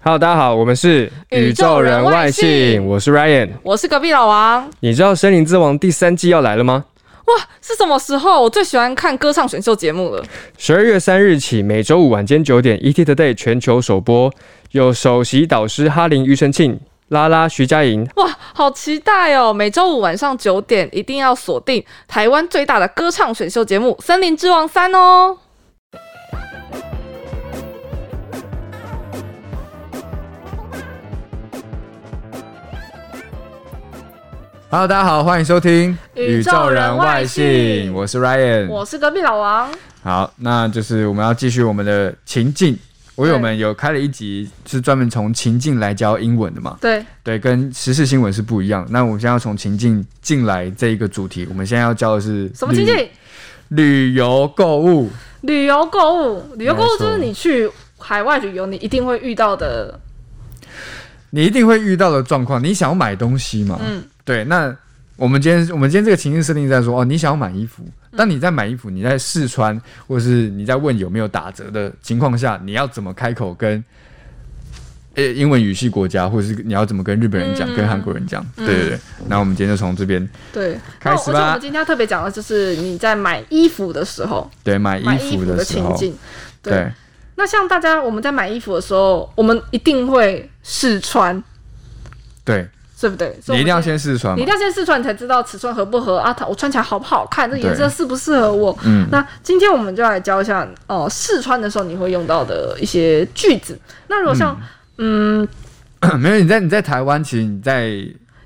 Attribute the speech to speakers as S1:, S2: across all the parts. S1: Hello，大家好，我们是
S2: 宇宙人外星
S1: 我是 Ryan。
S2: 我是隔壁老王。
S1: 你知道《森林之王》第三季要来了吗？
S2: 哇，是什么时候？我最喜欢看歌唱选秀节目了。
S1: 十二月三日起，每周五晚间九点，ET Today 全球首播，有首席导师哈林、庾澄庆、拉拉、徐佳莹。
S2: 哇，好期待哦！每周五晚上九点一定要锁定台湾最大的歌唱选秀节目《森林之王三》哦。
S3: Hello，大家好，欢迎收听
S2: 宇宙人外星
S3: 我是 Ryan。
S2: 我是隔壁老王。
S3: 好，那就是我们要继续我们的情境。我以为
S2: 对
S3: 我们有开了一集是专门从情境来教英文的嘛？
S2: 对，
S3: 对，跟时事新闻是不一样的。那我们现在要从情境进来这一个主题，我们现在要教的是
S2: 什么情
S3: 旅？
S2: 景？
S3: 旅游购物。
S2: 旅游购物，旅游购
S3: 没
S2: 物
S3: 错
S2: 就是你去海外旅游，你一定会遇到的。
S3: 你一定会遇到的状况，你想要买东西嘛？
S2: 嗯，
S3: 对。那我们今天我们今天这个情境设定在说，哦，你想要买衣服，
S2: 嗯
S3: 当你在买衣服，你在试穿，或是你在问有没有打折的情况下，你要怎么开口跟？呃，英文语系国家，或者是你要怎么跟日本人讲，
S2: 嗯
S3: 跟韩国人讲，对对对。那我们今天就从这边
S2: 对，
S3: 开始吧
S2: 那我而且我们今天要特别讲的就是你在买衣服的时候，
S3: 对买
S2: 买
S3: 衣
S2: 衣
S3: 服
S2: 服的
S3: 时
S2: 情
S3: 候，
S2: 境。对
S3: 对，
S2: 那像大家我们在买衣服的时候，我们一定会试穿，
S3: 对，
S2: 对不对？所
S3: 你
S2: 以
S3: 一定要
S2: 我们
S3: 先试穿嘛
S2: 你一定。要先试穿，你才知道尺寸合不合啊，它我穿起来好不好看，这
S3: 对
S2: 颜色适不适合我。
S3: 嗯，
S2: 那今天我们就来教一下哦、呃试穿的时候你会用到的一些句子。那如果像嗯
S3: 没有你在你在台湾，其实你在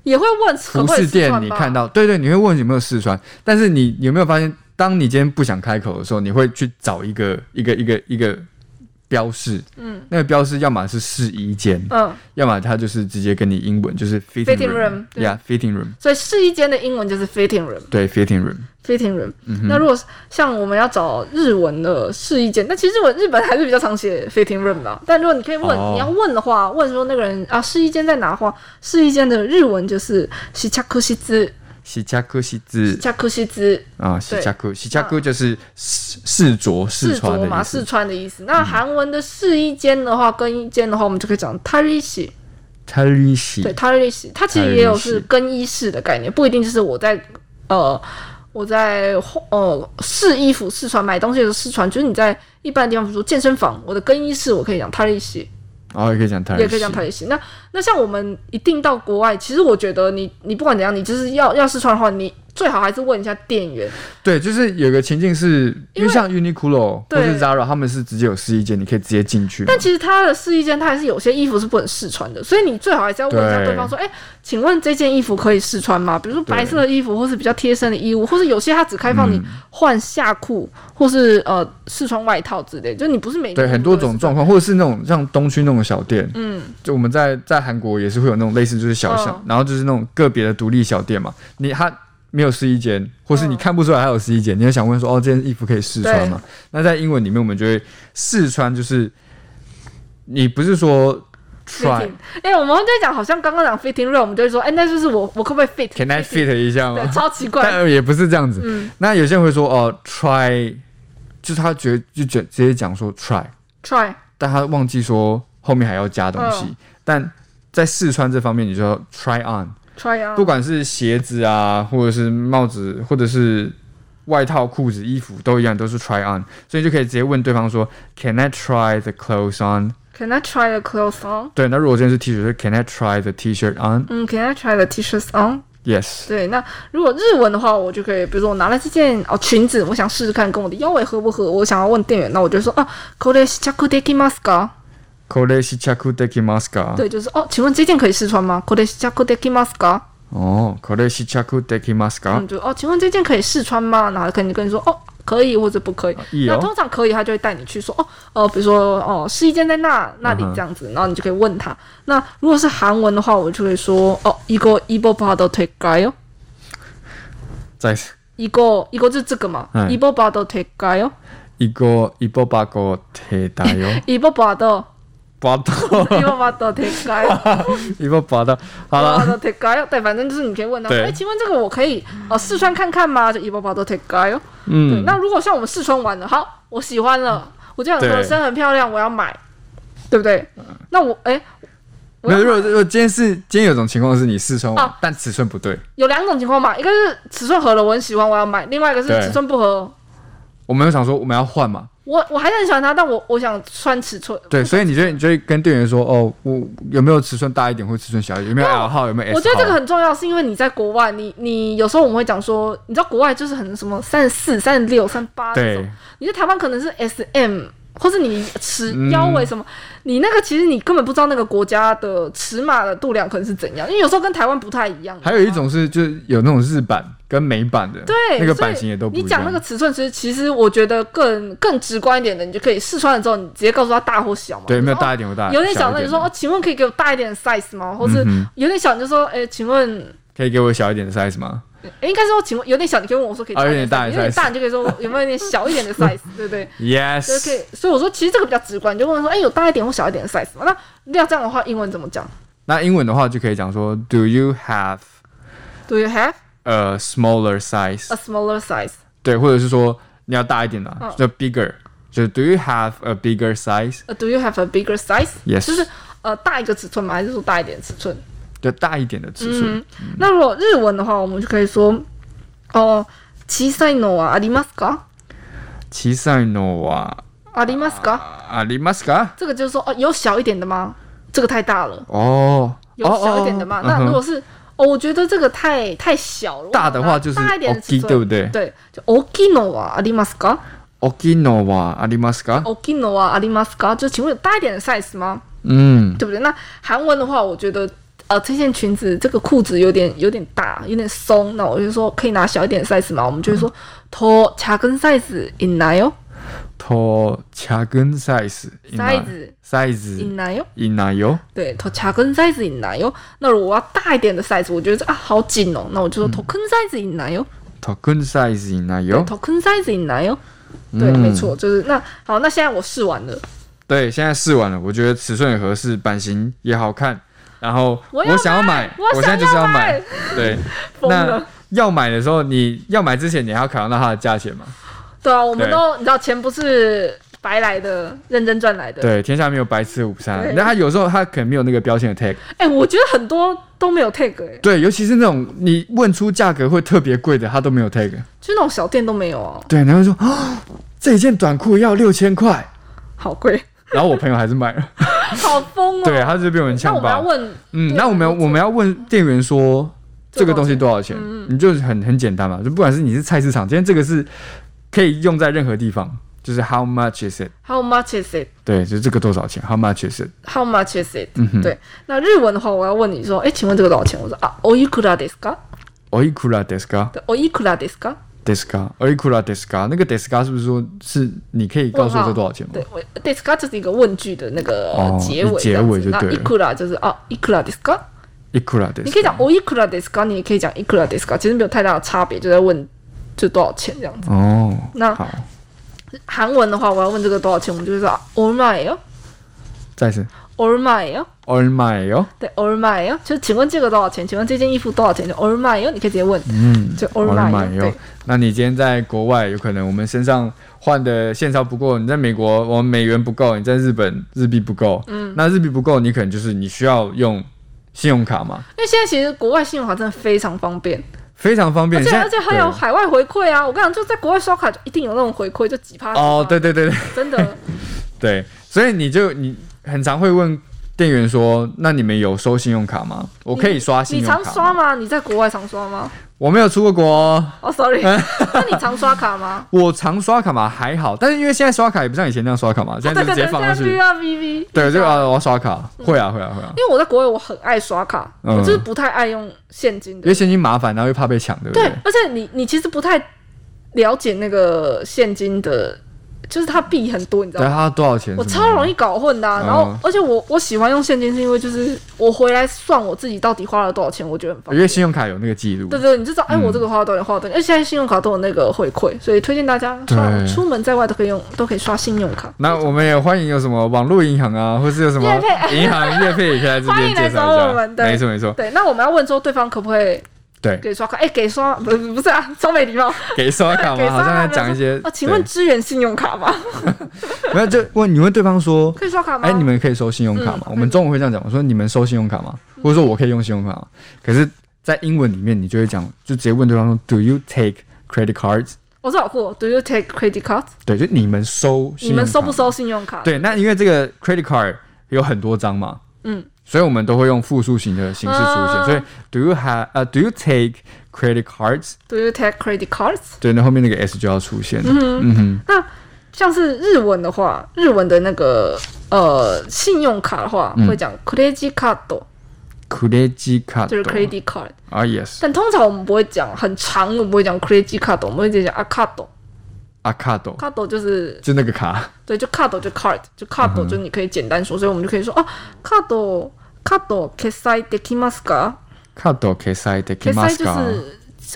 S2: 也会问
S3: 服
S2: 可不可以
S3: 饰
S2: 试
S3: 店
S2: 穿吧
S3: 你看到，对对，你会问有没有试穿，但是你有没有发现，当你今天不想开口的时候，你会去找一个一个一个一个标示，
S2: 嗯，
S3: 那个标示要么是试衣间，
S2: 嗯，
S3: 要么它就是直接跟你英文就是 fitting
S2: Fitting room，对
S3: room，yeah，fitting room，
S2: 所以试衣间的英文就是 fitting room。
S3: 对 fitting room，
S2: fitting room、那
S3: 嗯
S2: 如果是像我们要找日文的试衣间，那其实日文日本还是比较常写 fitting room 啦。但如果你可以问，
S3: 哦
S2: 你要问的话，问说那个人啊试衣间在哪的话，试衣间的日文就是西恰库西兹，
S3: 西加库西兹
S2: 西恰库西兹
S3: 啊，西加库西加库就是试试着试
S2: 嗯试
S3: 穿
S2: 着
S3: 的
S2: 嘛，
S3: 意
S2: 试
S3: 思嗯
S2: 穿的意思。那韩文的试衣间的话，更衣间的话，我们就可以讲 tarishi，
S3: t a r i s
S2: 对
S3: h
S2: tarishi，它其实也有
S3: Tarishi
S2: 是更衣室的概念，不一定就是我在呃。我在呃试衣服、试穿、买东西的时候试穿，就是你在一般的地方，比如说健身房，我的更衣室我可以讲 tarishi，
S3: 哦，也可以讲 t a r i
S2: 也
S3: s
S2: 可以讲 tarishi。那那像我们一定到国外，其实我觉得你你不管怎样，你就是要要试穿的话，你最好还是问一下店员，
S3: 对，就是有个情境是，因为像 Uniqlo 或
S2: 对
S3: 是 Zara，他们是直接有试衣间，你可以直接进去嘛。
S2: 但其实它的试衣间，它还是有些衣服是不能试穿的，所以你最好还是要问一下
S3: 对
S2: 对方说：“哎、请问这件衣服可以试穿吗？”比如说白色的衣服，或是比较贴身的衣物，或是有些它只开放你
S3: 嗯
S2: 换下裤，或是呃试穿外套之类，就你不是每一个
S3: 对，
S2: 衣服
S3: 很多
S2: 都
S3: 种
S2: 试穿
S3: 状况，或者是那种像东区那种小店，
S2: 嗯，
S3: 就我们在在韩国也是会有那种类似就是小巷，
S2: 嗯
S3: 然后就是那种个别的独立小店嘛，你它没有试衣间，或是你
S2: 嗯
S3: 看不出来它有试衣间，你就想问说哦，这件衣服可以试穿吗？那在英文里面我们就会试穿，就是你不是说 try
S2: fitting。哎、我们在讲好像刚刚讲 fitting room，我们就会说：“哎、那就是我我可不可以 fit？”
S3: can I fit 一下
S2: 对，
S3: 吗？
S2: 超奇怪。
S3: 但也不是这样子。
S2: 嗯
S3: 那有些人会说哦，try，就是他觉得就觉直接讲说 try，
S2: ，try
S3: 但他忘记说后面还要加东西。
S2: 嗯
S3: 但在试穿这方面，你就要 try on，
S2: try 啊，
S3: 不管是鞋子啊，或者是帽子，或者是外套、裤子、衣服都一样，都是 try on，所以你就可以直接问对方说，Can I try the clothes on？
S2: Can I try the clothes on？
S3: 对，那如果今天是 T 恤，就是 Can I try the T-shirt
S2: 嗯，Can I try the t-shirts on？
S3: on？Yes，
S2: 对，那如果日文的话，我就可以，比如说我拿了这件哦裙子，我想试试看跟我的腰围合不合，我想要问店员，那我就说啊，これ試着できますか？
S3: これ試着できますか？
S2: 对，就是哦，请问这件可以试穿吗？これ試着できますか？
S3: 啊哦，これ試着できますか
S2: 嗯，？就哦，请问这件可以试穿吗？然后可能跟你说哦，可可以或者不可以。
S3: 以
S2: 那
S3: 哦，
S2: 通常可以，他就会带你去说哦，呃，比如说哦，试衣间在那那里
S3: 嗯哼
S2: 这样子，然后你就可以问他。那如果是韩文的话，我就会说哦，一个一波巴都推开哦，
S3: 再次
S2: 一个一个就是这个嘛
S3: 嗯，
S2: 一波巴都推开哦，
S3: 一个一波八个哦铁打哟，
S2: 一波 巴都，
S3: 拔到
S2: 一波巴都推 开哦，
S3: 一波拔到，好
S2: 一波巴
S3: 了，
S2: 都推开哦。对，反正就是你可以问他说，
S3: 对
S2: 哎，请问这个我可以呃试穿看看吗？就一波巴都推开哦。对，
S1: 嗯，
S2: 那如果像我们试穿完了，好，我喜欢了，我就想说
S3: 对嗯
S2: 真的很漂亮，我要买，对不对？那我哎。我
S3: 没
S2: 要
S3: 有，如果如果今天是今天有种情况是你试穿完
S2: 哦，
S3: 但尺寸不对，
S2: 有两种情况嘛，一个是尺寸合了，我很喜欢，我要买；，另外一个是
S3: 对
S2: 尺寸不合，
S3: 我们有想说我们要换嘛，
S2: 我我还是很喜欢它，但我我想穿尺寸。
S3: 对，所以你就你就会跟店员说，哦，我有没有尺寸大一点或尺寸小一点，有没有 L 号，有没有 S 号？啊
S2: 哦我觉得这个很重要，是因为你在国外，你你有时候我们会讲说，你知道国外就是很什么三十四、三十六、三十八这种
S3: 对，，
S2: 你在台湾可能是 S M。或是你尺
S3: 嗯
S2: 腰围什么，你那个其实你根本不知道那个国家的尺码的度量可能是怎样，因为有时候跟台湾不太一样。
S3: 还有一
S2: 你知道吗
S3: 种是就是有那种日版跟美版的，对
S2: 对
S3: 那个
S2: 所以
S3: 版型也都不一
S2: 你
S3: 样。
S2: 讲那个尺寸，其实其实我觉得更更直观一点的，你就可以试穿了之后，你直接告诉他大或小嘛。
S3: 对，
S2: 就
S3: 没
S2: 说
S3: 有大一点或大
S2: 哦有点
S3: 一
S2: 小，那
S3: 点
S2: 你说
S3: 的
S2: 哦，请问可以给我大一点的 size 吗？或是
S3: 嗯哼
S2: 有点小，你就说，哎，请问，
S3: 可以给我小一点的 size 吗？
S2: 哎，应该是说，请问有点小，你可以问我说可以
S3: 哦
S2: 大
S3: 有
S2: 一
S3: 点
S2: 点
S3: 大一
S2: size
S3: 点
S2: 有点
S3: size
S2: 大，你就可以说有没有一点小一点的 size，对不 对？就可以
S3: Yes，，
S2: 所以我说，其实这个比较直观，你就问说，哎，有大一点或小一点的 size 吗？那要这样的话，英文怎么讲
S3: 那英文的话就可以讲说，Do you have
S2: ？Do you have
S3: a smaller size？、
S2: a smaller size？
S3: 对，或者是说你要大一点的、
S2: 嗯
S3: 就 bigger，就是 Do you have a bigger size？
S2: 呃，Do you have a bigger size？
S3: Yes
S2: 就是呃，大一个尺寸吗？还是说大一点尺寸？
S3: 就大一点的尺寸。
S2: 嗯，那如果日文的话，我们就可以说，哦，小さいのはありますか？
S3: 小さいのは
S2: ありますか？
S3: ありますか？
S2: 这个就是说，哦，有小一点的吗？这个太大了。
S3: 哦，
S2: 有小一点的吗？
S3: 哦哦
S2: 那如果
S3: 嗯
S2: 是、哦，我觉得这个太太小了。我想
S3: 大的话就是
S2: 大一点的尺
S3: oki，对不
S2: 寸，
S3: 对？
S2: 对，就 okinawa ありますか
S3: 大きいのはありますか？
S2: 哦？okinawa ありますか？就请问有大一点的 size 吗？
S3: 嗯，
S2: 对不对？那韩文的话，我觉得呃，这件裙子这个裤子有点有点大，有点松，那我就说可以拿小一点的 size 吗？我们就
S3: 嗯
S2: 会说더작은 size 있나요？
S3: と작은 size
S2: 사이즈.
S3: size
S2: 있나요？
S3: いないよ。
S2: 对，头卡根 size 引来哟。那如果我要大一点的 size，我觉得这啊好紧哦，那我就说头坑 size 引来哟，
S3: 特訓 size いないよ。
S2: 头坑 size 引来哟。对，
S3: 嗯
S2: 没错，就是那好，那现在我试完了，
S3: 对，现在试完了，我觉得尺寸也合适，版型也好看，然后
S2: 我要
S3: 想要买，
S2: 我
S3: 我现在就是
S2: 想要
S3: 买
S2: 买。
S3: 对，
S2: 疯
S3: 那
S2: 了。
S3: 要买的时候，你要买之前，你还要考量到它的价钱嘛？
S2: 对啊，我们
S3: 对
S2: 都你知道钱不是白来的，认真赚来的。，
S3: 对，天下没有白吃的午餐
S2: 对。
S3: 那它有时候它可能没有那个标签的 tag。
S2: 哎、我觉得很多都没有 tag 哎、
S3: 对，尤其是那种你问出价格会特别贵的，它都没有 tag。
S2: 就那种小店都没有哦，
S3: 对，然后说啊， 这一件短裤要六千块，
S2: 好贵，
S3: 然后我朋友还是 买了。
S2: 好疯哦。
S3: 对，他就被我们
S2: 那
S3: 呛
S2: 我们要
S3: 爆。
S2: 问
S3: 嗯，
S2: 对
S3: 那我们要我们要问店员说这
S2: 这
S3: 个
S2: 个
S3: 东
S2: 东
S3: 西
S2: 西嗯
S3: 多少钱？你就很很简单嘛，就不管是你是菜市场，今天这个是可以用在任何地方，就是 how much is it？
S2: how much is it？
S3: 对，就是这个多少钱？How much is it？嗯
S2: How much is it？、对，那日文的话，我要问你说，哎、请问这个多少钱？我说啊，おいくらですか？
S3: おいくらですか？
S2: 对，哦おいくらですか？
S3: ですか？おいくらですか？那个 des ka 是不是说是你可以告诉我这多少钱吗
S2: 对？，我 this 就是一个问句的那个
S3: 哦
S2: 结尾，
S3: 结尾就
S2: 那
S3: 对了
S2: i k u r 就是啊 i k u r ですか？
S3: いくらです
S2: 你可以
S3: か？
S2: 讲哦 o i k u r ですか，你也可以讲 i k u r ですか，其实没有太大的差别，就在问就多少钱这样子。
S3: 哦，
S2: 那
S3: 好，
S2: 韩文的话，我要问这个多少钱，我们就会说 o r m a 哟
S3: 再一次哦
S2: o r m a 哟，
S3: o l m y 哟
S2: 对 o r m a 哟，就是请问这个多少钱？请问这件衣服多少钱？就 o r m a 哟，你可以直接问，嗯，就 o
S3: o
S2: r
S3: l
S2: m
S3: m
S2: a
S3: y
S2: 哟，
S3: 哟
S2: 对，。
S3: 哦那你今天在国外，有可能我们身上换的现钞不够，你在美国我们美元不够，你在日本日币不够，嗯，那日币不够，你可能就是你需要用信用卡嘛，
S2: 因为现在其实国外信用卡真的非常方便。
S3: 非常方便。
S2: 而且
S3: 现在
S2: 而且还有
S3: 对
S2: 海外回馈啊！我跟你讲，就在国外刷卡就一定有那种回馈，就几趴。
S3: 哦，对
S2: 几
S3: 对对对。
S2: 趴，真的。
S3: 对，所以你就你很常会问店员说：“那你们有收信用卡吗？我可以刷信
S2: 你
S3: 用卡
S2: 常刷
S3: 吗
S2: 吗？你在国外常刷吗？？”
S3: 我没有出过国哦，
S2: 哦、s o r r y 那你常刷卡吗？
S3: 我常刷卡嘛，还好，但是因为现在刷卡也不像以前那样刷卡嘛，现在
S2: 对
S3: 就直
S2: 啊哦对对，
S3: 接放上
S2: 这
S3: 去。
S2: 样嗯 V V V。
S3: 对，就啊，我要刷卡，会啊，会啊，会啊，
S2: 因为我在国外我很爱刷卡，
S3: 嗯
S2: 我就是不太爱用现金
S3: 因为
S2: 的。
S3: 现金麻烦，然后又怕被抢，对不
S2: 对，而且你你其实不太了解那个现金的，就是它币很多，你知道
S3: 对，啊
S2: 吗？
S3: 它多少钱？
S2: 我超容易。搞混的啊、
S3: 嗯
S2: 然后而且我我喜欢用现金，是因为就是我回来算我自己到底花了多少钱，我觉得很方
S3: 因为
S2: 便。
S3: 信用卡嗯有那个记录，
S2: 对对，你就知道，哎，我这个花了多少钱，花了多少钱。而且现在信用卡都有那个回馈，所以推荐大家刷
S3: 对
S2: 出门在外都可以用，都可以刷信用卡。
S3: 那我们也欢迎有什么网络银行啊，或是有什么
S2: 业配
S3: 银行业配，也可以来这
S2: 欢
S3: 边
S2: 迎来
S3: 介
S2: 找
S3: 绍
S2: 我
S3: 一
S2: 们
S3: 下。
S2: 对
S3: 没错没错，
S2: 对，那我们要问说对方可不可以
S3: 对，
S2: 给刷卡？哎，给刷不是不是啊，超没礼貌。
S3: 给刷卡
S2: 给
S3: 吗？
S2: 刷
S3: 好像
S2: 卡
S3: 在讲一些
S2: 啊，请问
S3: 对
S2: 支援信用卡吗？
S3: 没有就问你问对方说，
S2: 可以刷卡吗？
S3: 哎，你们可以收信用卡吗？
S2: 哦嗯
S3: 我们中文会这样讲，我说你们收信用卡吗？或者说我可以用信用卡吗？可是，在英文里面你就会讲，就直接问对方说，Do you take credit cards？
S2: 我说好酷，Do you take credit card？
S3: 对，就你们收，
S2: 你们收不？收信用卡？，
S3: 对，那因为这个 credit card 有很多张嘛，
S2: 嗯，
S3: 所以我们都会用复数型的形式出现。
S2: 啊
S3: 所以 do you have 呃、do you take credit cards？
S2: Do you take credit cards？
S3: 对，那后面那个 s 就要出现。嗯哼，
S2: 那像是日文的话，日文的那个呃信用卡的话，会讲 credit card，、
S3: credit card
S2: 就是 credit card。
S3: 啊，yes，
S2: 但通常我们不会讲很长，我们不会讲 credit card，我们会直接讲 a card。
S3: 啊卡斗
S2: card 就是
S3: 就那个卡，
S2: 对，就 card 就 card 就 card 就是你可以简单说，所以我们就可以说哦，card card 決済できますか？
S3: 卡斗 k s i 的 k
S2: 決
S3: m a
S2: 済
S3: s
S2: 就
S3: k a
S2: 是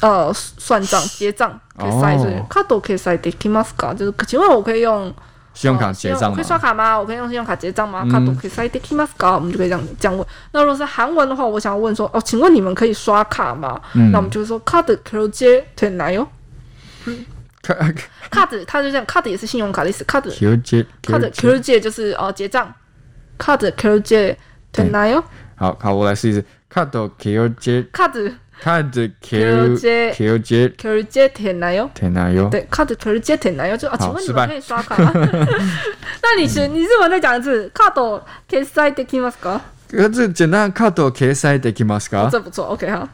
S2: 呃算账结账，決済就是
S3: 哦
S2: card 決済できますか？就是请问我可以用。
S3: 信用卡结
S2: 信
S3: 账嘛
S2: 用我哦可以？刷卡吗？我可以用信用卡结账吗？卡都可以塞 d e k i m a s a 我们就可以这样这样问。那如果是韩文的话，我想要问说，哦，请问你们可以刷卡吗？那我们就会说卡的 c r j 对哪哟？
S3: 卡
S2: 卡的它就这样，卡的也是信用卡的意思，卡的
S3: Q 结
S2: 卡的 c r j 就是哦结账，卡的 c r j 对哪哟？
S3: 好好，我来试一试。卡斗 Q 结
S2: 卡的
S3: 卡的
S2: Q
S3: Q
S2: 结
S3: Q 结
S2: c r j 对哪哟？
S3: 天哪哟！
S2: 对，卡的 c r j 对哪哟？就啊，
S3: 好
S2: 请问你
S3: 失败
S2: 们可以刷卡 吗？那你学你日文再讲一次，卡的 c 塞 d e k i m a s a
S3: 可这简单卡斗 k s i 的 k m a s k a
S2: 这不错，OK 好。
S3: 啊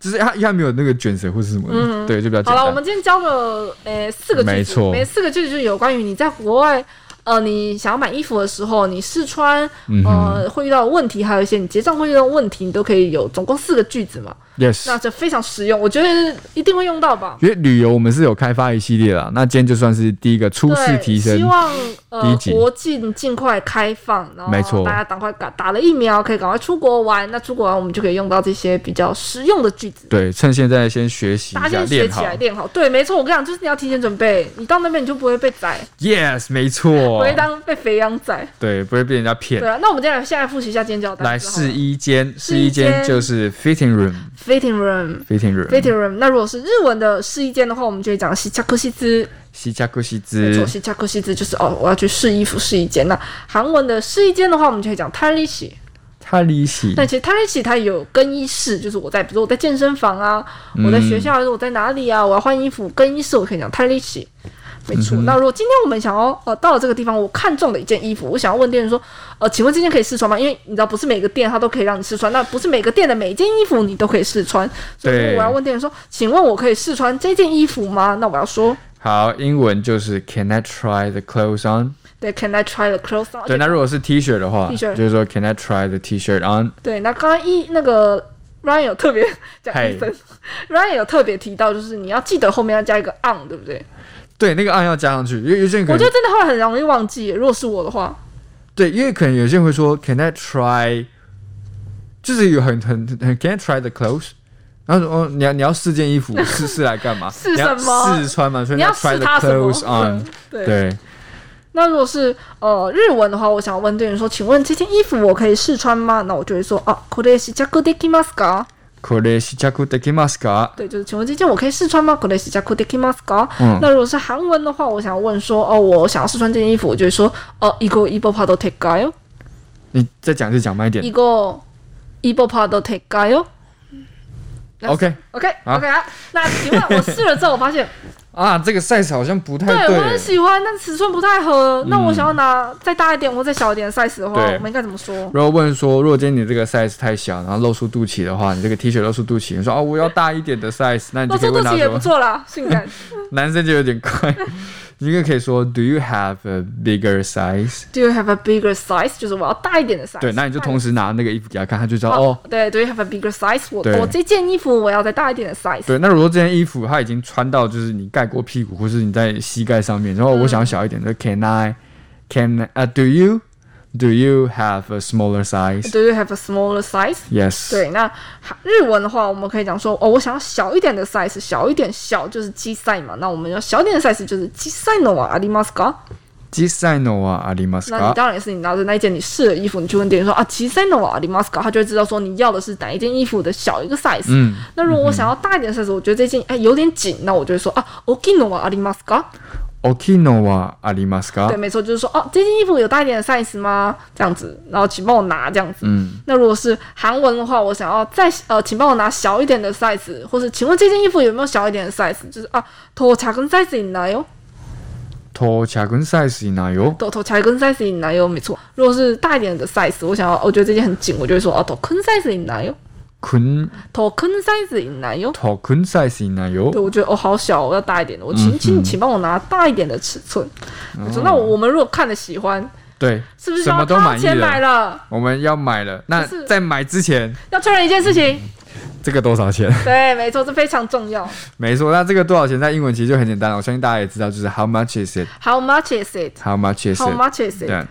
S3: 就是他他没有那个卷舌或是什么的，对，就比较简
S2: 嗯
S3: 单。
S2: 好了，我们今天教了呃四个句子，
S3: 没错
S2: 每四个句子就是有关于你在国外。呃，你想要买衣服的时候，你试穿，
S3: 嗯
S2: 呃，会遇到的问题，还有一些你结账会遇到的问题，你都可以有总共四个句子嘛，
S3: yes，
S2: 那这非常实用，我觉得一定会用到吧。
S3: 因为旅游我们是有开发一系列啦，那今天就算是第一个初试
S2: 对，
S3: 提升
S2: 希，望
S3: 第一
S2: 呃
S3: 集
S2: 国境尽快开放，然
S3: 没
S2: 后
S3: 错
S2: 大家赶快打打了疫苗，可以赶快出国玩。那出国玩，我们就可以用到这些比较实用的句子。
S3: 对，趁现在先学习
S2: 大
S3: 一
S2: 家
S3: 下，
S2: 先学
S3: 练
S2: 起
S3: 好。
S2: 来，练好。对，没错，我跟你讲，就是你要提前准备，你到那边你就不会被宰。
S3: Yes，没
S2: 不
S3: 错
S2: 会，当被肥羊宰。
S3: 哦对，不会被人家骗
S2: 对。啊，那我们接下来现在复习一下今天教的单
S3: 来
S2: 词好了。
S3: 试衣间，试
S2: 衣
S3: 衣
S2: 间
S3: 间就是 fitting room，fitting
S2: fitting room。
S3: room，
S2: fitting room，那如果是日文的试衣间的话，我们就会讲西恰克西兹，
S3: 西加库西
S2: 没
S3: 兹
S2: 错，西恰克西兹就是哦，我要去试衣服试衣间。那韩文的试衣间的话，我们就会讲 t a r i s h i
S3: 他里喜
S2: 那其实 t a r i s h i 它有更衣室，就是我在比如说我在健身房啊，我在学校还是我在哪里啊，我要换衣服更衣室，我可以讲 t a r i s h i 没错，那如果今天我们想要呃到了这个地方，我看中的一件衣服，我想要问店员说，呃，请问这件可以试穿吗？因为你知道不是每个店它都可以让你试穿，那不是每个店的每一件衣服你都可以试穿，所以如果
S3: 对
S2: 我要问店员说，请问我可以试穿这件衣服吗？那我要说，
S3: 好，英文就是 Can I try the clothes on？
S2: 对，Can I try the clothes on？
S3: 对，那如果是 T 恤的话，
S2: T 恤
S3: 就是说 Can I try the T-shirt on？
S2: 对，那刚刚一那个 Ryan 有特别讲
S3: 嗨
S2: 医生，Ryan 有特别提到，就是你要记得后面要加一个 on，对不对？
S3: 对，那个 on 要加上去，因为有些人可能
S2: 我觉得真的会很容易忘记，如果是我的话，
S3: 对，因为可能有些人会说，Can I try？就是有很很很，Can I try the clothes？然后说哦，你要你要试件衣 服，试试来干嘛？
S2: 试
S3: 你要
S2: 什么
S3: 试穿嘛，所以
S2: 你要试
S3: try the
S2: 它什么
S3: clothes on。
S2: 对。
S3: 对，
S2: 那如果是呃日文的话，我想问店员说，请问这件衣服我可以试穿吗？那我就会说，啊，これ試着できますか？
S3: これ試着できますか？
S2: 对，就是请问这件我可以试穿吗？これ試着できますか？
S3: 嗯
S2: 那如果是韩文的话，我想问说，哦，我想要试穿这件衣服，我就会说，哦，이거입어봐도될까요？
S3: 你再讲就讲慢一点
S2: 이거입어봐도될까요？
S3: ，OK
S2: OK
S3: 好
S2: OK 啊，那请问我试了之后，我发 现
S3: 啊，这个 size 好像不太
S2: 对我很
S3: 哎对，嗯
S2: 喜欢，但尺寸不太合。那我想要拿再大一点或再小一点的 size 的话，
S3: 对
S2: 我们应该怎么说？
S3: 如果问说，如果今天你这个 size 太小，然后露出肚脐的话，你这个 T 恤露出肚脐，你说啊我要大一点的 size，那你
S2: 露
S3: 就可以
S2: 出
S3: 问
S2: 肚
S3: 他
S2: 脐也不
S3: 说，
S2: 错啦，性感。
S3: 男生就有点快，你应该可以说 Do you have a bigger size？
S2: Do you have a bigger size？就是我要大一点的 size。
S3: 对，那你就同时拿那个衣服给他看，他就知道
S2: 哦
S3: 哦。，
S2: 对，Do you have a bigger size？我
S3: 对
S2: 我这件衣服我要再大一点的 size。
S3: 对，那如果这件衣服它已经穿到就是你盖过屁股，或是你在膝盖上面，然后我想要小一点，就
S2: 嗯
S3: Can I Can 啊、Do you Do you have a smaller size？Yes，
S2: Do you have a smaller size？对，那哈日文的话，我们可以讲说，哦，我想要小一点的 size，小一点小就是 G size 嘛。那我们要小一点的 size 就是 G size のはありますか？
S3: 実際のはあります
S2: 那你
S3: か？
S2: 当然也是你拿着那一件你试的衣服，你去问店员说啊，G size のはありますか？他就会知道说你要的是哪一件衣服的小一个 size。
S3: 嗯，
S2: 那如果我想要大一点的 size，我觉得这件哎有点紧，那我就会说啊，oki no wa a r i m a s k a
S3: 大きいのはあります
S2: 对，
S3: か？
S2: 没错，就是说哦，这件衣服有大一点的 size 吗？这样子，然后请帮我拿这样子。
S3: 嗯，
S2: 那如果是韩文的话，我想要再呃，请帮我拿小一点的 size，或是请问这件衣服有没有小一点的 size？就是啊，头茶跟 size 你拿哟，
S3: 到着サイズになよ。
S2: 哦头头茶跟 size 你拿哟，哦没错。如果是大一点的 size，我想要，我觉得这件很紧，我就会说哦，头坑 size 你拿哟，
S3: くん
S2: 哦头坑 size 你拿哟。
S3: 到くんサイズになよ
S2: 哦对，。我觉得哦，好小哦，我要大一点的。我
S3: 嗯
S2: 请，请你，请帮我拿大一点的尺寸。我说，那我我们如果看的喜欢，
S3: 对，
S2: 是不是
S3: 哦什
S2: 就要
S3: 么都
S2: 掏
S3: 满意
S2: 钱买
S3: 了？
S2: 了？
S3: 我们要买了。那
S2: 就是
S3: 在买之前，
S2: 要确认一件事情，
S3: 这个多少钱？
S2: 对，没错，这非常重要。
S3: 没错，那这个多少钱在英文其实就很简单了，我相信大家也知道，就是 how much is it，how
S2: How much is it?
S3: much is
S2: How
S3: it，
S2: much is it?
S3: 对，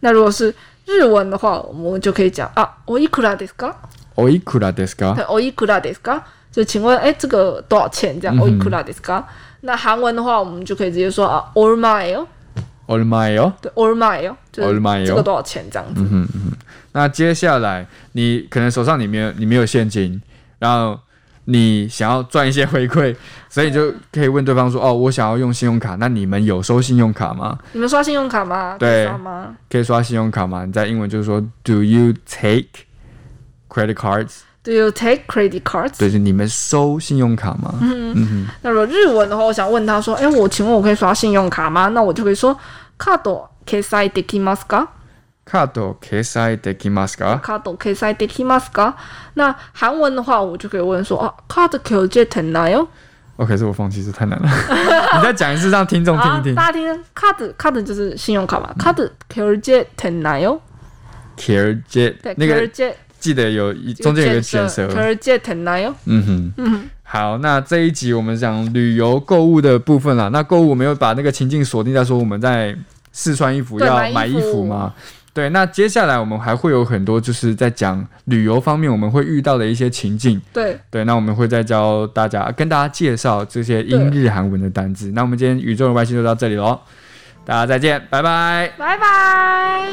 S2: 那如果是日文的话，我们就可以讲啊，我いくらですか？
S3: おいくらですか？
S2: 对，我いくらですか？就请问，哎，这个多少钱？
S3: 嗯
S2: 这样，我いくらですか？那韩文的话，我们就可以直接说啊，얼마예요？
S3: 얼마예요？
S2: 对，얼마예요？就
S3: 얼마예요 嗯
S2: 是这个多少钱这样子。
S3: 那接下来你可能手上你没有你没有现金，然后你想要赚一些回馈，所以你就可以问对方说，哦，我想要用信用卡，那你们有收信用卡吗？
S2: 你们刷信用卡吗？
S3: 对
S2: 可以刷吗
S3: 可以刷信用卡吗？你在英文就是说 do you take credit cards？
S2: ？Do you take credit cards？
S3: 对，就是你们收信用卡吗？
S2: 那如果日文的话，我想问他说，哎，我请问我可以刷信用卡吗？那我就可以说，カード決済できますか？
S3: カード決済できますか？
S2: カード決済できますか？那韩文的话，我就可以问说，啊，カード결제됐나요？
S3: OK，这我哦放弃，这太难了。你再讲一次，让听众听
S2: 啊
S3: 一，听。
S2: 大家听，卡子卡子就是信用卡嘛，卡子 결제됐나요？
S3: care 接
S2: 对，
S3: 那个
S2: 결제
S3: 记得有一中间有一个卷舌。
S2: 결제됐나요？
S3: 嗯哼，好，那这一集我们讲旅游购物的部分啦。那购物我们有把那个情境锁定在说我们在试穿衣服
S2: 对
S3: 要买
S2: 买衣
S3: 衣
S2: 服
S3: 服嘛。嗯对，那接下来我们还会有很多就是在讲旅游方面我们会遇到的一些情境。
S2: 对，
S3: 对，那我们会再教大家跟大家介绍这些英日韩文的单字。那我们今天宇宙的外星就到这里喽，大家再见，拜拜。
S2: 拜拜。